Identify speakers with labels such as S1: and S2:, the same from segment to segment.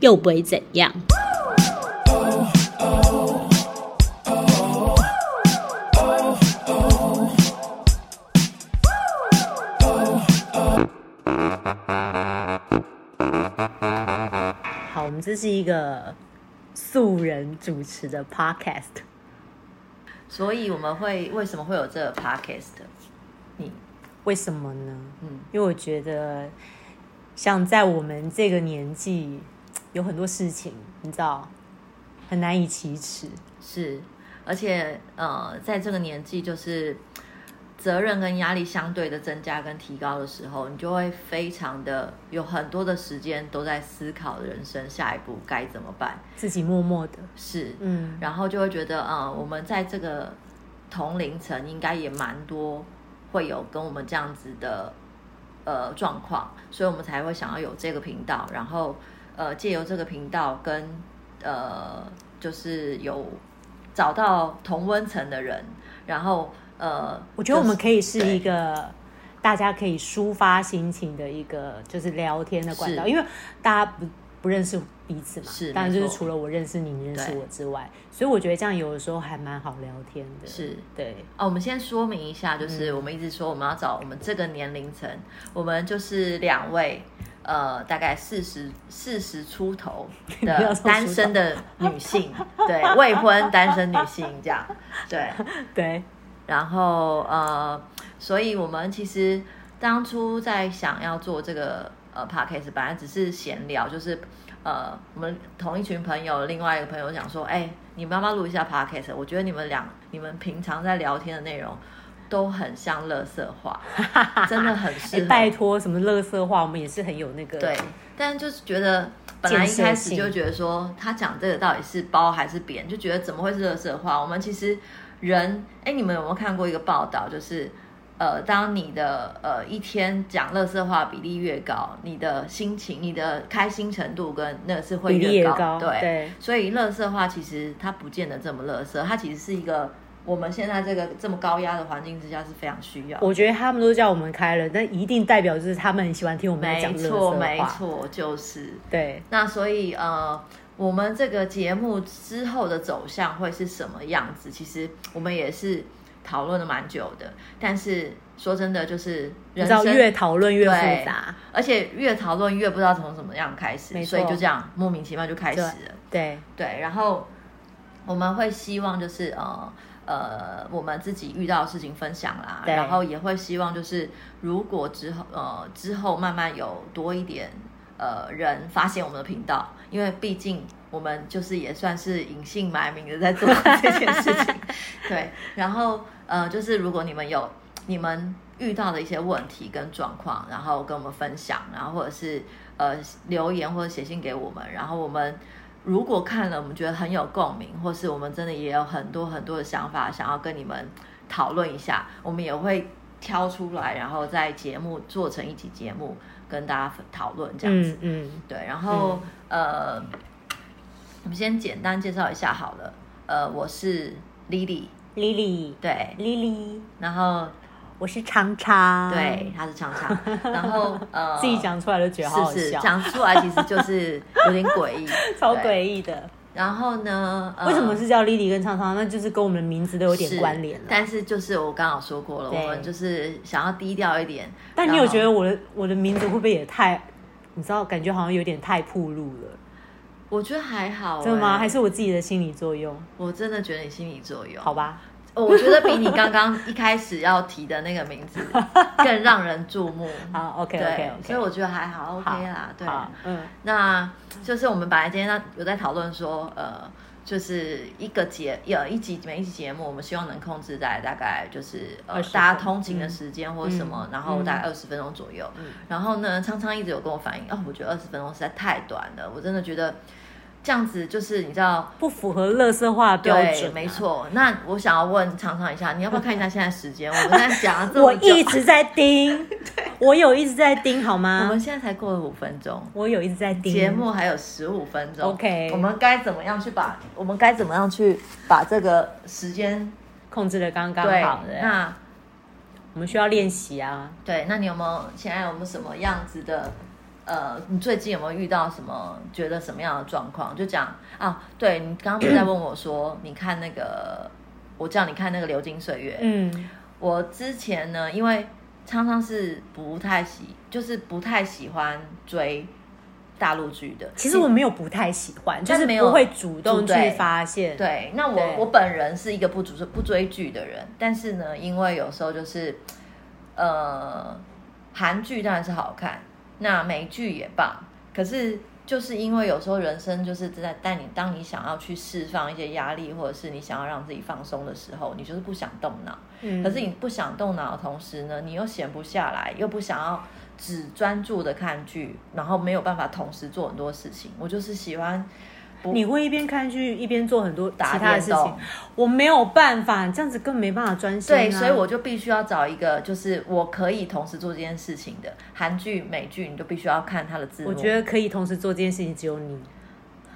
S1: 又不会怎样。好，我们这是一个素人主持的 podcast。
S2: 所以我们会为什么会有这个 podcast？你
S1: 为什么呢？
S2: 嗯
S1: 因为我觉得，像在我们这个年纪，有很多事情，你知道，很难以启齿。
S2: 是，而且呃，在这个年纪，就是责任跟压力相对的增加跟提高的时候，你就会非常的有很多的时间都在思考人生下一步该怎么办。
S1: 自己默默的，
S2: 是，
S1: 嗯，
S2: 然后就会觉得，嗯，我们在这个同龄层应该也蛮多会有跟我们这样子的呃状况，所以我们才会想要有这个频道，然后呃借由这个频道跟呃就是有找到同温层的人，然后呃，
S1: 我觉得我们
S2: 就是
S1: 可以是一个大家可以抒发心情的一个，就是聊天的管道，
S2: 是
S1: 因为大家不不认识彼此嘛，
S2: 是
S1: 当然就是
S2: 没错
S1: 除了我认识你，你认识
S2: 对
S1: 我之外，所以我觉得这样有的时候还蛮好聊天的。
S2: 是
S1: 对，
S2: 哦，我们先说明一下，就是
S1: 嗯
S2: 我们一直说我们要找我们这个年龄层，我们就是两位，呃，大概四十四十出 头
S1: 不要
S2: 的
S1: 说
S2: 单
S1: 出
S2: 身的女性，对，未婚单身女性这样，对，
S1: 对，
S2: 然后呃，所以我们其实当初在想要做这个呃 podcast，本来只是闲聊，就是呃，我们同一群朋友，另外一个朋友讲说，哎，你们要不要录一下 podcast？我觉得你们俩，你们平常在聊天的内容都很像乐色话， 真的很适
S1: 哎，
S2: 合。
S1: 拜托，什么乐色话，我们也是很有那个
S2: 对，但就是觉得本来一开始
S1: 建设性
S2: 就觉得说他讲这个到底是包还是扁，就觉得怎么会是乐色话？我们其实人，哎，你们有没有看过一个报道，就是呃，当你的呃一天讲乐色话比例越高，你的心情、你的开心程度跟那个是会
S1: 比例也
S2: 越
S1: 高，
S2: 对。
S1: 对，
S2: 所以乐色话其实它不见得这么乐色，它其实是一个我们现在这个这么高压的环境之下是非常需要的。
S1: 我觉得他们都叫我们开了，那一定代表就是他们很喜欢听我们在
S2: 没
S1: 讲乐色
S2: 错，
S1: 话。
S2: 没错，就是。
S1: 对，
S2: 那所以呃，我们这个节目之后的走向会是什么样子？其实我们也是讨论了蛮久的，但是说真的，就是
S1: 你
S2: 人
S1: 知道
S2: 生
S1: 越讨论越复
S2: 对
S1: 杂，
S2: 而且越讨论越不知道从什么样开始
S1: 没，错
S2: 所以就这样莫名其妙就开始了。
S1: 对，
S2: 对，然后我们会希望就是呃呃，我们自己遇到的事情分享啦，
S1: 对
S2: 然后也会希望就是如果之后呃之后慢慢有多一点呃人发现我们的频道，因为毕竟。我们就是也算是隐姓埋名的在做 这件事情，对。然后呃，就是如果你们有你们遇到的一些问题跟状况，然后跟我们分享，然后或者是呃留言或者写信给我们，然后我们如果看了我们觉得很有共鸣，或是我们真的也有很多很多的想法想要跟你们讨论一下，我们也会挑出来，然后在节目做成一集节目跟大家分讨论这样子。
S1: 嗯嗯，
S2: 对，然后、呃，我们先简单介绍一下好了。呃，我是 Lily，
S1: ，Lily，
S2: 对，
S1: Lily，
S2: 然后
S1: 我是常常，
S2: 对，，她是常常， 然后呃，
S1: 嗯自己讲出来都觉得好好
S2: 是是
S1: 笑，，
S2: 讲出来其实就是有点诡异
S1: 超
S2: 对
S1: 诡异的。
S2: 然后呢？呃
S1: 为什么是叫 Lily 跟常常？那就是跟我们的名字都有点
S2: 是
S1: 关联了。
S2: 但是就是我刚好说过了，
S1: 对
S2: 我们就是想要低调一点。
S1: 但你有
S2: 然后
S1: 觉得我的我的名字会不会也太，你知道，感觉好像有点太铺路了，
S2: 我觉得还好、欸，
S1: 真的吗？还是我自己的心理作用？
S2: 我真的觉得你心理作用？哦
S1: 好，吧，
S2: 我觉得比你刚刚一开始要提的那个名字更让人注目。
S1: 好，OK
S2: 嗯对
S1: OK OK，
S2: 所以我觉得还好，OK 啦。对，
S1: 好，嗯，
S2: 那就是我们本来今天呢有在讨论说，呃，就是一个节有一集每一集节目，我们希望能控制在大概就是呃
S1: 20
S2: 大家
S1: 分
S2: 通勤的时间或者什么，
S1: 嗯
S2: 然后大概二十分钟左右。然后呢，昌昌一直有跟我反映，哦，我觉得二十分钟实在太短了，我真的觉得这样子就是你知道。
S1: 不符合乐色化标
S2: 对，
S1: 准，啊
S2: 没。错。那我想要问常常一下，你要不要看一下现在时间？我们现在讲了这
S1: 我
S2: 么久，
S1: 一直在 盯，我有一直在盯，好
S2: 我
S1: 吗
S2: 们？现在才过了五分钟，
S1: 我有一直在盯
S2: 节目还有十五分钟
S1: OK
S2: 我们该怎么样去把我们该怎么样去把这个时间
S1: 控制的刚刚
S2: 对
S1: 好。对
S2: 那
S1: 我们需要练习啊，
S2: 对，那你有没有现在有没有什么样子的呃，你最近有没有遇到什么觉得什么样的状况？就讲啊，对你刚刚不是在问我说，你看那个，我叫你看那个《流金岁月》
S1: 嗯
S2: 我之前呢，因为常常是不太喜，就是不太喜欢追大陆剧的。
S1: 其实我没有不太喜欢，就
S2: 但
S1: 是
S2: 没有
S1: 不会主动去
S2: 对
S1: 发现。，
S2: 对，那我
S1: 对
S2: 我本人是一个不追不追剧的人，但是呢，因为有时候就是，呃，韩剧当然是好看，那美剧也罢，可是就是因为有时候人生就是在但你当你想要去释放一些压力，或者是你想要让自己放松的时候，你就是不想动脑。
S1: 嗯
S2: 可是你不想动脑的同时呢，你又闲不下来，又不想要只专注的看剧，然后没有办法同时做很多事情。我就是喜欢不
S1: 你会一边看剧一边做很多其
S2: 打
S1: 他的事
S2: 电
S1: 情
S2: 动，
S1: 我没有办法，这样子根本没办法专心、啊。
S2: 对，所以我就必须要找一个，就是我可以同时做这件事情的韩剧、美剧，你就必须要看它的字幕。
S1: 我觉得可以同时做这件事情只有你。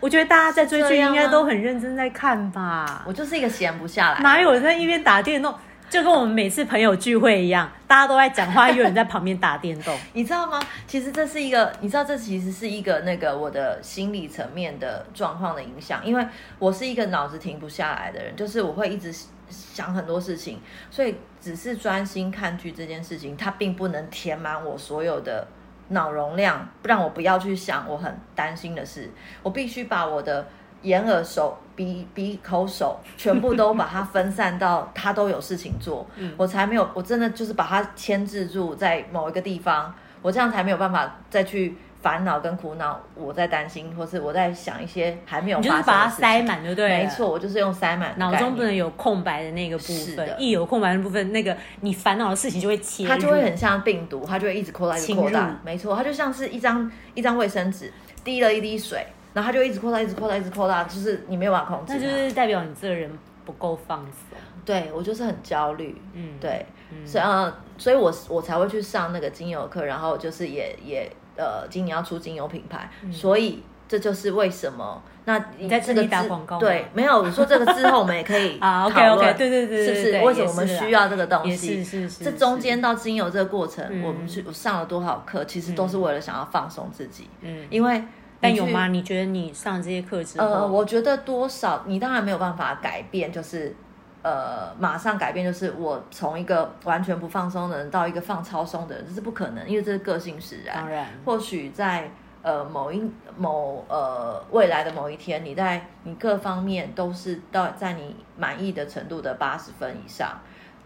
S1: 我觉得大家在追
S2: 是
S1: 剧
S2: 这样
S1: 应
S2: 吗
S1: 该都很认真在看吧
S2: 我，就是一个闲不下来。
S1: 哪有人在一边打电动？就跟我们每次朋友聚会一样，大家都在讲话，又有人在旁边打电 动。
S2: 你知道吗？其实这是一个，你知道这其实是一个那个我的心理层面的状况的影响，因为我是一个脑子停不下来的人，就是我会一直想很多事情，所以只是专心看剧这件事情，它并不能填满我所有的脑容量，让我不要去想我很担心的事，我必须把我的。眼、耳、手、鼻、鼻、口、手，全部都把它分散到他都有事情做，
S1: 嗯
S2: 我才没有，我真的就是把它牵制住在某一个地方，我这样才没有办法再去烦恼跟苦恼，我在担心，或是我在想一些还没有
S1: 你
S2: 发
S1: 就是
S2: 生
S1: 把它
S2: 的事情
S1: 塞满就对了
S2: 没错，，我就是用塞满的
S1: 脑
S2: 概
S1: 中不
S2: 念
S1: 能有空白的那个部
S2: 是
S1: 分
S2: 的，
S1: 一有空白的部分，那个你烦恼的事情就会切入，
S2: 它就会很像病毒，它就会一直扩大，一直
S1: 侵
S2: 扩
S1: 入
S2: 大。没错，它就像是一张一张卫生纸，滴了一滴水，然后它就一直扩大，一直扩大，一直扩大，就是你没有办法控制它。
S1: 那就是代表你这个人不够放松。
S2: 对我就是很焦虑，
S1: 嗯，，
S2: 对，所以呃，所以我我才会去上那个精油课，然后就是也也呃，今年要出精油品牌，所以。这就是为什么那你
S1: 嗯在
S2: 这
S1: 趁
S2: 个
S1: 机打
S2: 之
S1: 广告吗
S2: 对，没有我说这个之后我们也可以
S1: 啊
S2: 讨
S1: ，OK，OK，
S2: 论
S1: 对对对
S2: 是
S1: 对
S2: 不
S1: 对
S2: 是？为什么
S1: 也
S2: 我们
S1: 是啦
S2: 需要这个东
S1: 也
S2: 西？
S1: 是是是，
S2: 这中间到精油这个过程，
S1: 嗯
S2: 我们去我上了多少课，其实都是为了想要放松自己，
S1: 嗯，
S2: 因为
S1: 但
S2: 你
S1: 有
S2: 去
S1: 吗？？你觉得你上这些课之后，
S2: 呃，我觉得多少你当然没有办法改变，就是呃马上改变，就是我从一个完全不放松的人到一个放超松的人，这是不可能，因为这是个性使然。
S1: 当然，
S2: 或许在呃某一某呃未来的某一天，你在你各方面都是到在你满意的程度的八十分以上，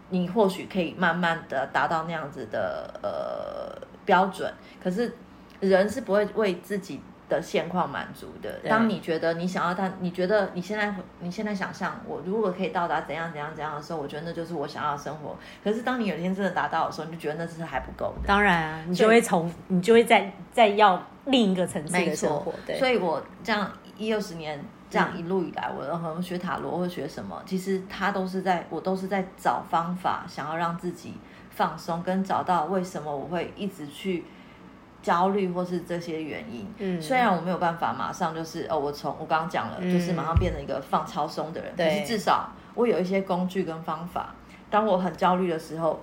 S2: 你或许可以慢慢的达到那样子的呃标准。可是人是不会为自己的现况满足的。
S1: 对
S2: 当你觉得你想要他，你觉得你现在你现在想象我如果可以到达怎样怎样怎样的时候，我觉得那就是我想要的生活。可是当你有一天真的达到的时候，你就觉得那是还不够的。
S1: 当然啊，你
S2: 所
S1: 就
S2: 以
S1: 会从你就会再再要另一个层次
S2: 没
S1: 的生
S2: 错
S1: 活，，对，
S2: 所以我这样一二十年这样一路以来，我好像学塔罗或学什么，其实他都是在我都是在找方法，想要让自己放松，跟找到为什么我会一直去。焦虑或是这些原因，
S1: 嗯
S2: 虽然我没有办法马上就是哦，我从我刚刚讲了，
S1: 嗯
S2: 就是马上变成一个放超松的人，可
S1: 对
S2: 是至少我有一些工具跟方法。当我很焦虑的时候，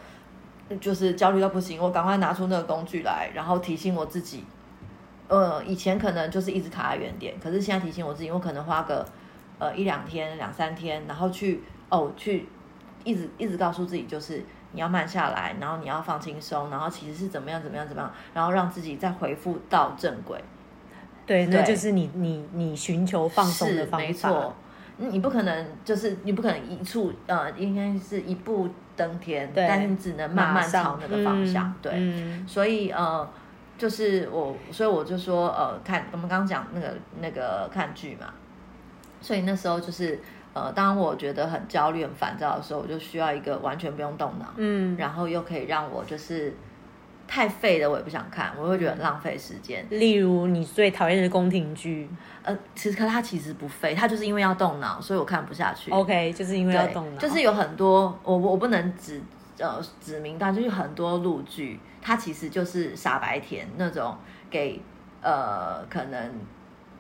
S2: 就是焦虑到不行，我赶快拿出那个工具来，然后提醒我自己，呃，以前可能就是一直卡在原点，可是现在提醒我自己，我可能花个呃一两天、两三天，然后去哦去一直一直告诉自己，就是你要慢下来，然后你要放轻松，然后其实是怎么样怎么样怎么样，然后让自己再回复到正轨。
S1: 对，那
S2: 对
S1: 就是你你你寻求放松的方
S2: 是没
S1: 法
S2: 错，。嗯你不可能就是你不可能一处呃，应该是一步登天，
S1: 对
S2: 但是你只能慢慢朝那个方向。
S1: 嗯
S2: 对，
S1: 嗯
S2: 所以呃，就是我，所以我就说呃，看我们刚刚讲那个那个看剧嘛，所以那时候就是呃，当我觉得很焦虑、很烦躁的时候，我就需要一个完全不用动脑，
S1: 嗯，
S2: 然后又可以让我就是太废的我也不想看，我会觉得很浪费时间。
S1: 例如你最讨厌的宫廷剧
S2: 呃，其实可它其实不废，它就是因为要动脑，所以我看不下去。
S1: ，OK，就是哦因为
S2: 对
S1: 要动脑，
S2: 就是有很多我我我不能指呃指名道，就是很多陆剧，它其实就是傻白甜那种给呃可能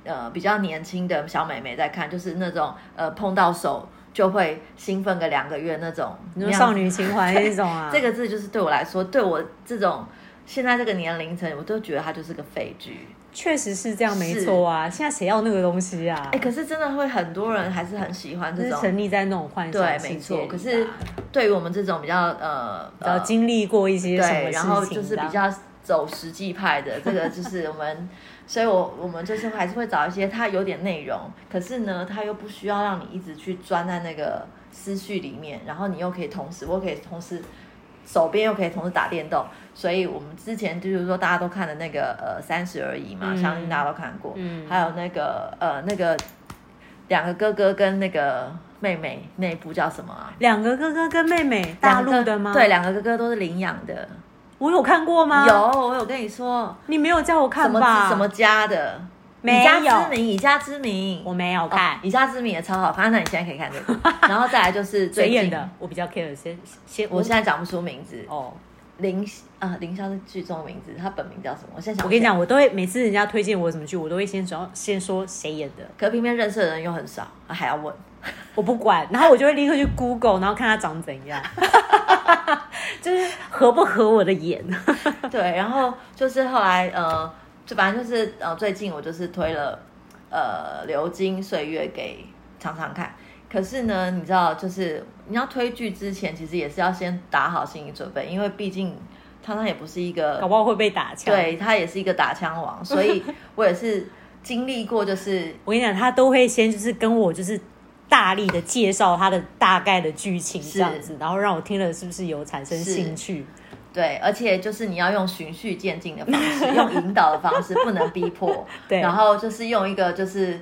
S2: 呃比较年轻的小美眉在看，就是那种呃碰到手就会兴奋个两个月那种。
S1: 你
S2: 那
S1: 说
S2: 样
S1: 少女情怀那种啊，
S2: 这个字就是对我来说，对我这种现在这个年龄层，我都觉得它就是个废剧。
S1: 确实是这样，没
S2: 是
S1: 错啊。现在谁要那个东西啊？
S2: 哎、可是真的会很多人还是很喜欢
S1: 就
S2: 这
S1: 是
S2: 种。
S1: 沉溺在那种幻想世
S2: 对，
S1: 界
S2: 没
S1: 里啊
S2: 错。
S1: 吧
S2: 可是对于我们这种比较呃
S1: 只要
S2: 呃
S1: 经历过一些什么事
S2: 对，
S1: 情，啊
S2: 然后就是比
S1: 这样
S2: 较走实际派的，这个就是我们，所以我我们就是还是会找一些它有点内容，可是呢，它又不需要让你一直去钻在那个思绪里面，然后你又可以同时，我可以同时。手边又可以同时打电动，所以我们之前就是说大家都看的那个呃《三十而已》嘛，
S1: 嗯
S2: 相信大家都看过。
S1: 嗯
S2: 还有那个呃那个两个哥哥跟那个妹妹那一部叫什么啊？
S1: 两个哥哥跟妹妹，大陆
S2: 两个
S1: 的吗？啊
S2: 对，，两个哥哥都是领养的。
S1: 我有看过吗？，
S2: 有，我有跟你说，
S1: 你没有叫我
S2: 什
S1: 看
S2: 么
S1: 吧？
S2: 之什么？家的，
S1: 没
S2: 以家之
S1: 有
S2: 名，以家之名，
S1: 我没有
S2: 哦
S1: 看。
S2: 以家之名也超好看。那你现在可以看这 个，然后再来就是最
S1: 谁演
S2: 近
S1: 的？，我比较 care，先先
S2: 我现在讲不出名字，
S1: 哦，
S2: 林啊林霄是剧中的名字，他本名叫什么？我现在想，
S1: 我跟你，讲，我都会每次人家推荐我什么剧，我都会先说先说谁演的，
S2: 可偏偏认识的人又很少，啊还要问。
S1: 我不管，然后我就会立刻去 Google，然后看他长怎样， 就是合不合我的 眼。
S2: 对，然后就是后来呃，就反正就是呃，最近我就是推了呃《流金岁月》给常常看。可是呢，你知道，就是你要推剧之前，其实也是要先打好心理准备，因为毕竟常常也不是一个
S1: 搞不好会被打枪。，
S2: 对他也是一个打枪王，所以我也是经历过，就是
S1: 我跟你讲，他都会先就是跟我就是大力的介绍他的大概的剧情
S2: 是
S1: 这样子，然后让我听了是不是有产生兴趣？
S2: 对，而且就是你要用循序渐进的方 式，用引导的方式，不能逼迫。
S1: 对
S2: 然后就是用一个就是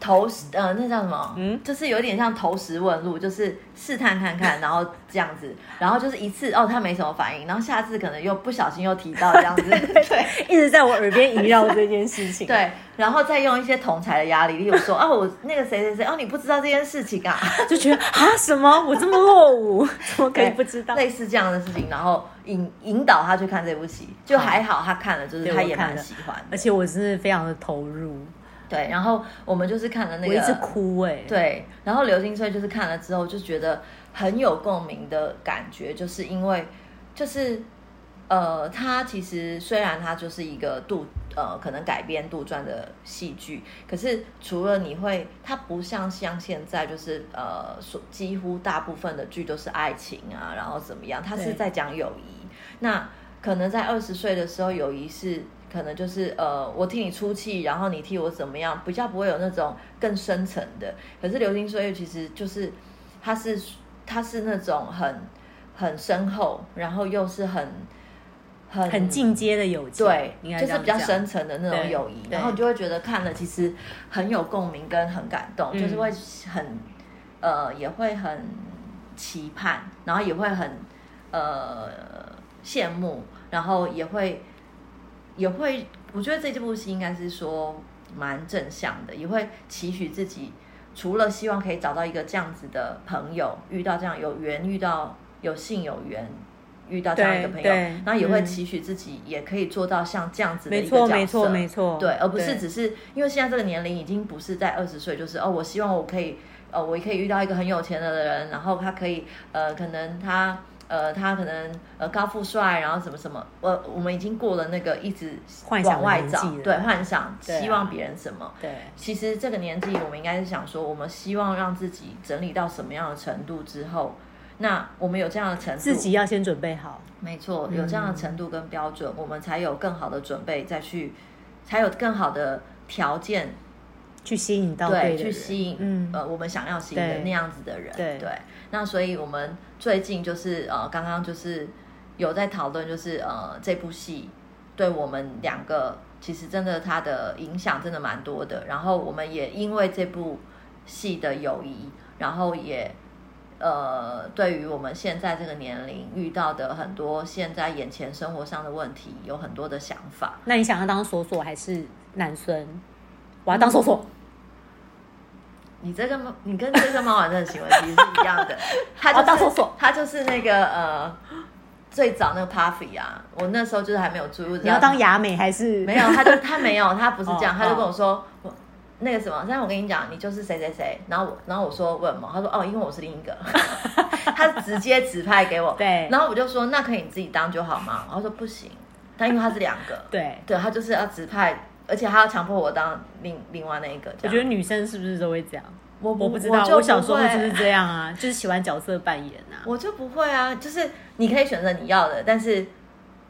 S2: 投呃，那叫什么？嗯，就是有点像投石问路，就是试探看看，然后这样子，然后就是一次哦，他没什么反应，然后下次可能又不小心又提到 这样子，对
S1: 一直在我耳边萦绕这件事情。，
S2: 对，然后再用一些同才的压力，例如 说哦，我那个谁谁谁哦，你不知道这件事情啊，
S1: 就觉得啊，什么我这么落 伍，怎么可以
S2: 对
S1: 不知道？
S2: 类似这样的事情，然后引引导他去看这部戏，就还好他看了，就是
S1: 对
S2: 他
S1: 我
S2: 也
S1: 看
S2: 蛮
S1: 了
S2: 喜欢的
S1: 而。且我真的非常的投入，
S2: 对，然后我们就是看了那
S1: 我
S2: 个，
S1: 一直哭哎、，
S2: 对，然后《流星碎》就是看了之后就觉得很有共鸣的感觉，就是因为就是呃，它其实虽然它就是一个杜呃可能改编杜撰的戏剧，可是除了你会，它不像像现在就是呃，所几乎大部分的剧都是爱情啊，然后怎么样，它是
S1: 对
S2: 在讲友谊。那可能在二十岁的时候，友谊是可能就是呃，我替你出气，然后你替我怎么样，比较不会有那种更深层的。可是《流星岁月》其实就是它是它是那种很很深厚，然后又是很很
S1: 很进阶的友情，
S2: 对
S1: 应该，这
S2: 就是
S1: 样
S2: 比较
S1: 讲
S2: 深层的那种
S1: 对
S2: 友谊，
S1: 对
S2: 然后你就会觉得看了其实很有共鸣跟很感动，
S1: 嗯
S2: 就是会很呃也会很期盼，然后也会很呃羡慕，然后也会也会，我觉得这这部戏应该是说蛮正向的，也会期许自己除了希望可以找到一个这样子的朋友，遇到这样有缘，遇到有幸有缘。遇到这样一个朋
S1: 对
S2: 友，
S1: 对
S2: 然后也会
S1: 嗯
S2: 期许自己也可以做到像这样子的
S1: 没
S2: 一个
S1: 错
S2: 角色，
S1: 没错没错，
S2: 对，而不是只是因为现在这个年龄已经不是在二十岁，就是哦，我希望我可以，呃，我可以遇到一个很有钱的人，然后他可以，呃，可能他，呃，他可能呃高富帅，然后什么什么，我、我们已经过了那个一直
S1: 幻想
S2: 往
S1: 的
S2: 外
S1: 年
S2: 找
S1: 纪，了
S2: 对，幻想
S1: 对啊
S2: 希望别人什么。
S1: 对
S2: 其实这个年纪，我们应该是想说，我们希望让自己整理到什么样的程度之后，那我们有这样的程度，
S1: 自己要先准备好，
S2: 没错，有这样的程度跟标准，我们才有更好的准备，再去才有更好的条件，
S1: 去吸引到
S2: 对，
S1: 对的
S2: 去
S1: 人
S2: 吸引、
S1: 嗯
S2: 呃我们想要吸引的
S1: 对
S2: 那样子的人，
S1: 对
S2: 那所以我们最近就是呃，刚刚就是有在讨论，就是呃这部戏对我们两个其实真的它的影响真的蛮多的，然后我们也因为这部戏的友谊，然后也呃，对于我们现在这个年龄遇到的很多现在眼前生活上的问题，有很多的想法。
S1: 那你想要当索索还是男生？我要当索索，
S2: 嗯你这个你跟这个猫晚症的行为其实是一样 的，他
S1: 我
S2: 就是
S1: 要当厕所
S2: 他就是那个呃，最早那个 Puffy 啊，我那时候就是还没有注意，
S1: 你要当雅美还是
S2: 没？有，他就他没有，他不是这样，
S1: 哦
S2: 他就跟我说我。那个什么，但我跟你讲，你就是谁谁谁，然后我，然后我说问嘛，他说哦，因为我是另一个， 他直接指派给我，
S1: 对
S2: 然后我就说那可以你自己当就好嘛，然后说不行，但因为他是两个，
S1: 对，
S2: 对他就是要指派，而且他要强迫我当另另外那一个。
S1: 我
S2: 这
S1: 觉得
S2: 样
S1: 女生是不是都会这样？
S2: 我
S1: 我不知道，
S2: 就
S1: 我小时候
S2: 不会
S1: 就是这样啊，就是喜欢角色扮演 啊。
S2: 我就不会啊，就是你可以选择你要的，但是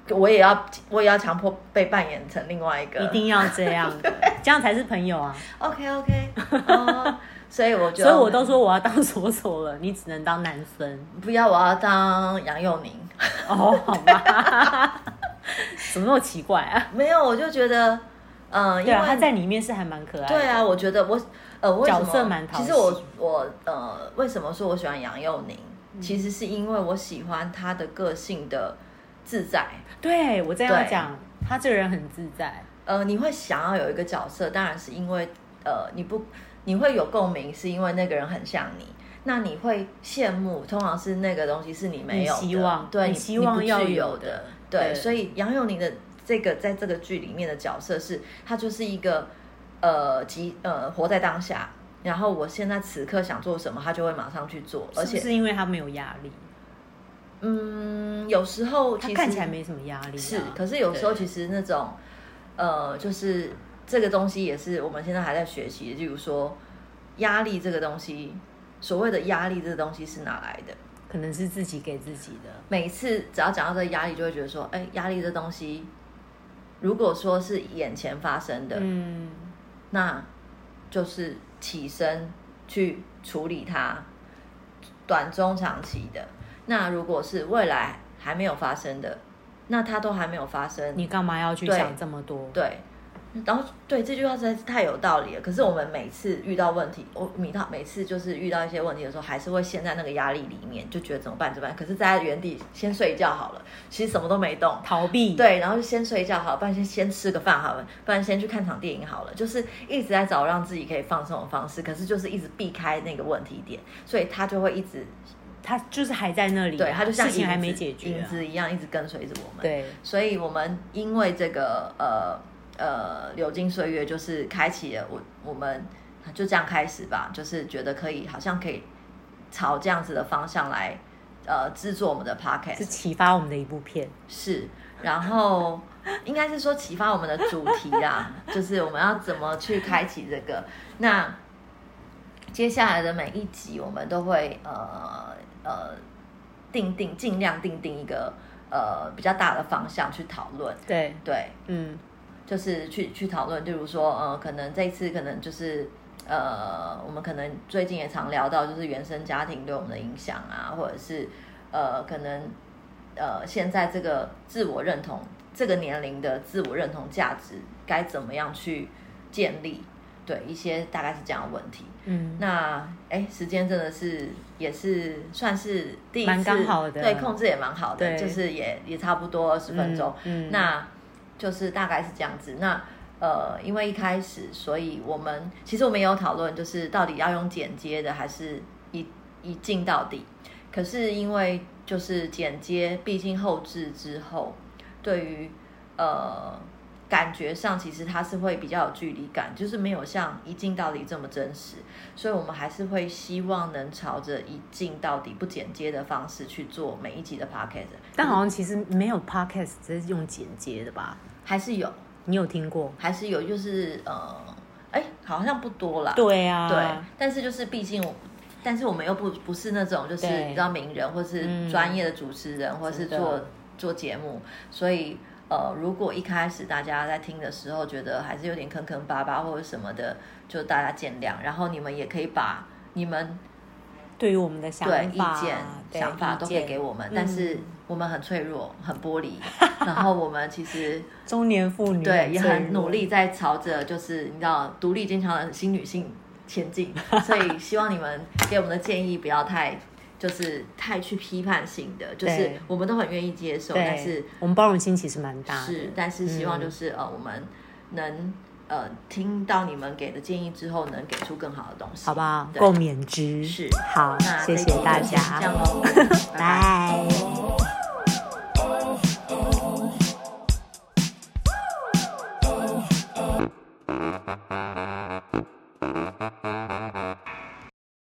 S2: 我也要我也要强迫被扮演成另外一个。
S1: 一定要这样的，这样才是朋 友啊！
S2: OK OK，哦， 所以我就
S1: 所以我都说我要当锁锁了，你只能当男生
S2: 不要，我要当杨佑宁。
S1: 哦，好吧？ 怎么那么奇怪啊？
S2: 没有，我就觉得，嗯、因
S1: 对啊，
S2: 为
S1: 他在里面是还蛮可爱的。
S2: 对啊，我觉得我呃，为什么
S1: 角色蛮讨
S2: 其
S1: 喜
S2: 实我我呃，为什么说我喜欢杨佑宁？
S1: 嗯
S2: 其实是因为我喜欢他的个性的自在。
S1: 对我这样
S2: 对
S1: 讲，他这个人很自在，
S2: 呃，你会想要有一个角色，当然是因为呃，你不你会有共鸣，是因为那个人很像你。那你会羡慕，通常是那个东西是你没有
S1: 你
S2: 的，
S1: 希望
S2: 对，
S1: 你
S2: 你
S1: 希望要
S2: 你不具
S1: 有
S2: 有
S1: 的
S2: 的，对。
S1: 对
S2: 所以杨佑宁的这个在这个剧里面的角色是，他就是一个呃，即呃，活在当下。然后我现在此刻想做什么，他就会马上去做，而
S1: 是
S2: 且
S1: 不是因为他没有压力，
S2: 嗯，有时候其
S1: 他
S2: 实
S1: 看起来没什么压力啊。
S2: 是，可是有时候其实那种，呃，就是这个东西也是我们现在还在学习。例如说，压力这个东西，所谓的压力这个东西是哪来的？
S1: 对可能是自己给自己的。
S2: 每次只要讲到这个压力，就会觉得说，哎，压力这东西，如果说是眼前发生的，
S1: 嗯，
S2: 那就是起身去处理它，短中长期的。那如果是未来还没有发生的，那它都还没有发生，
S1: 你干嘛要去
S2: 对
S1: 想这么多？
S2: 对，然后对这句话实在是太有道理了。可是我们每次遇到问题，我米到每次就是遇到一些问题的时候，还是会陷在那个压力里面，就觉得怎么办怎么办。可是在原地先睡一觉好了，其实什么都没动。
S1: 逃避。
S2: 对，然后就先睡一觉好了，不然先先吃个饭好了，不然先去看场电影好了，就是一直在找让自己可以放松的方式，可是就是一直避开那个问题点，所以他就会一直
S1: 他就是还在那里啊、
S2: 对他就像
S1: 事情
S2: 影
S1: 还没
S2: 子
S1: 解决
S2: 影
S1: 啊、
S2: 子一样一直跟随着我们。
S1: 对，
S2: 所以我们因为这个呃呃流金岁月，就是开启了我我们就这样开始吧，就是觉得可以，好像可以朝这样子的方向来呃制作我们的 podcast
S1: 是启发我们的一部片。
S2: 是，然后应该是说启发我们的主题啦， 就是我们要怎么去开启这个。那接下来的每一集，我们都会呃呃定定尽量定定一个呃比较大的方向去讨论，
S1: 对，
S2: 对，
S1: 嗯，
S2: 就是去去讨论，例如说，呃，可能这一次可能就是，呃，我们可能最近也常聊到，就是原生家庭对我们的影响啊，或者是，呃，可能，呃，现在这个自我认同，这个年龄的自我认同价值该怎么样去建立？对，一些大概是这样的问题。
S1: 嗯，
S2: 那哎，时间真的是也是算是第一次，
S1: 蛮刚好的
S2: 对，控制也蛮好的，
S1: 对
S2: 就是也也差不多二十分钟。
S1: 嗯，嗯
S2: 那就是大概是这样子。那呃，因为一开始，所以我们其实我们也有讨论，就是到底要用剪接的，还是一一镜到底。可是因为就是剪接，毕竟后置之后，对于呃感觉上，其实它是会比较有距离感，就是没有像一镜到底这么真实。所以我们还是会希望能朝着一镜到底不剪接的方式去做每一集的 podcast。
S1: 但好像其实没有 podcast 只是用剪接的吧？
S2: 还是有，
S1: 你有听过？
S2: 还是有，就是呃，哎，好像不多啦。
S1: 对啊，
S2: 对，但是就是毕竟我，但是我们又不不是那种就是
S1: 对
S2: 你知道名人或是
S1: 嗯
S2: 专业的主持人，或是
S1: 真的
S2: 做做节目，所以呃，如果一开始大家在听的时候觉得还是有点坑坑巴巴或者什么的，就大家见谅，然后你们也可以把你们
S1: 对于我们的想
S2: 对
S1: 法、
S2: 意见、
S1: 对
S2: 想法都可以给。
S1: 意见
S2: 我们
S1: 嗯，
S2: 但是我们很脆弱，很玻璃，然后我们其实。
S1: 中年妇女
S2: 对，也
S1: 脆
S2: 很
S1: 弱
S2: 努力在朝着就是你知道独立坚强的新女性 前进，所以希望你们给我们的建议不要太就是太去批判性的，就是
S1: 对
S2: 我们都很愿意接受，
S1: 对，
S2: 但是
S1: 我们包容心其实蛮大的。嗯
S2: 是但是希望就是、呃我们能呃听到你们给的建议之后，能给出更好的东西，
S1: 好不好？
S2: 对
S1: 共勉之
S2: 是
S1: 好
S2: 那，
S1: 谢
S2: 这一
S1: 谢
S2: 集就
S1: 大
S2: 先
S1: 家。
S2: 这样喽。